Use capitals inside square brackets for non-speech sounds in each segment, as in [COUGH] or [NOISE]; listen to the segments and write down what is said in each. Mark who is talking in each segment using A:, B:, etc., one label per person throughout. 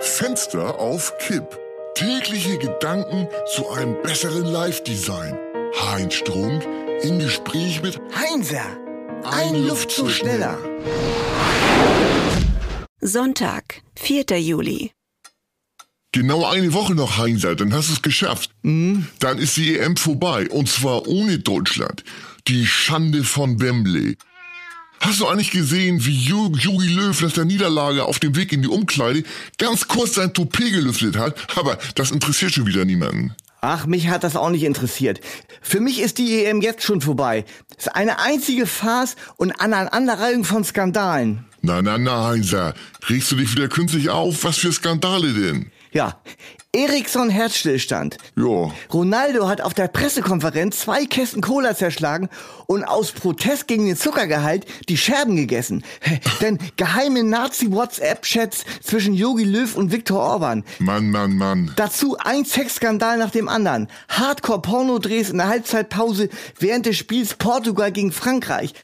A: Fenster auf Kipp. Tägliche Gedanken zu einem besseren Live-Design. Heinz Strunk im Gespräch mit
B: Heinzer, ein, Luftzug schneller.
C: Sonntag, 4. Juli.
A: Genau eine Woche noch, Heinzer, dann hast du es geschafft. Dann ist die EM vorbei. Und zwar ohne Deutschland. Die Schande von Wembley. Hast du eigentlich gesehen, wie Ju- Jogi Löw nach der Niederlage auf dem Weg in die Umkleide ganz kurz sein Toupet gelüftet hat? Aber das interessiert schon wieder niemanden.
B: Ach, mich hat das auch nicht interessiert. Für mich ist die EM jetzt schon vorbei. Es ist eine einzige Farce und Aneinanderreihung von Skandalen.
A: Na, na, na, Heinzer. Regst du dich wieder künstlich auf? Was für Skandale denn?
B: Ja, Eriksson Herzstillstand.
A: Ja.
B: Ronaldo hat auf der Pressekonferenz zwei Kästen Cola zerschlagen und aus Protest gegen den Zuckergehalt die Scherben gegessen. [LAUGHS] Denn geheime Nazi-WhatsApp-Chats zwischen Jogi Löw und Viktor Orban.
A: Mann, Mann, Mann.
B: Dazu ein Sexskandal nach dem anderen. Hardcore-Pornodrehs in der Halbzeitpause während des Spiels Portugal gegen Frankreich.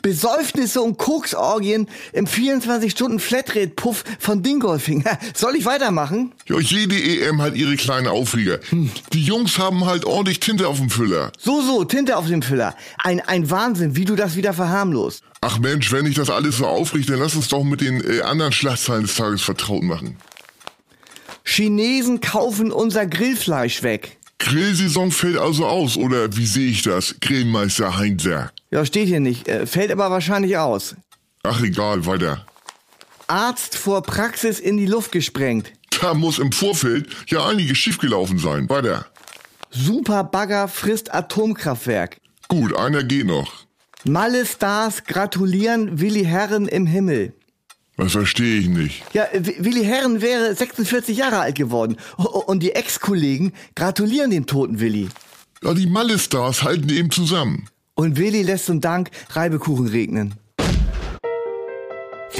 B: Besäufnisse und Koksorgien im 24-Stunden-Flatrate-Puff von Dingolfing. [LAUGHS] Soll ich weitermachen?
A: Ja, jede EM hat ihre kleinen Aufreger. Die Jungs haben halt ordentlich Tinte auf dem Füller.
B: So, so, Tinte auf dem Füller. Ein, ein Wahnsinn, wie du das wieder verharmlost.
A: Ach Mensch, wenn ich das alles so aufrichte, dann lass uns doch mit den äh, anderen Schlagzeilen des Tages vertraut machen.
B: Chinesen kaufen unser Grillfleisch weg.
A: Grillsaison fällt also aus, oder wie sehe ich das? Grillmeister Heinzer.
B: Ja, steht hier nicht. Äh, fällt aber wahrscheinlich aus.
A: Ach egal, weiter.
B: Arzt vor Praxis in die Luft gesprengt.
A: Da muss im Vorfeld ja einiges schiefgelaufen sein. Weiter.
B: Superbagger frisst Atomkraftwerk.
A: Gut, einer geht noch.
B: Malle Stars gratulieren Willi Herren im Himmel.
A: Das verstehe ich nicht.
B: Ja, äh, W- Willi Herren wäre 46 Jahre alt geworden. O- o- Und die Ex-Kollegen gratulieren dem toten Willi.
A: Ja, die Malle-Stars halten eben zusammen.
B: Und Willi lässt zum Dank Reibekuchen regnen.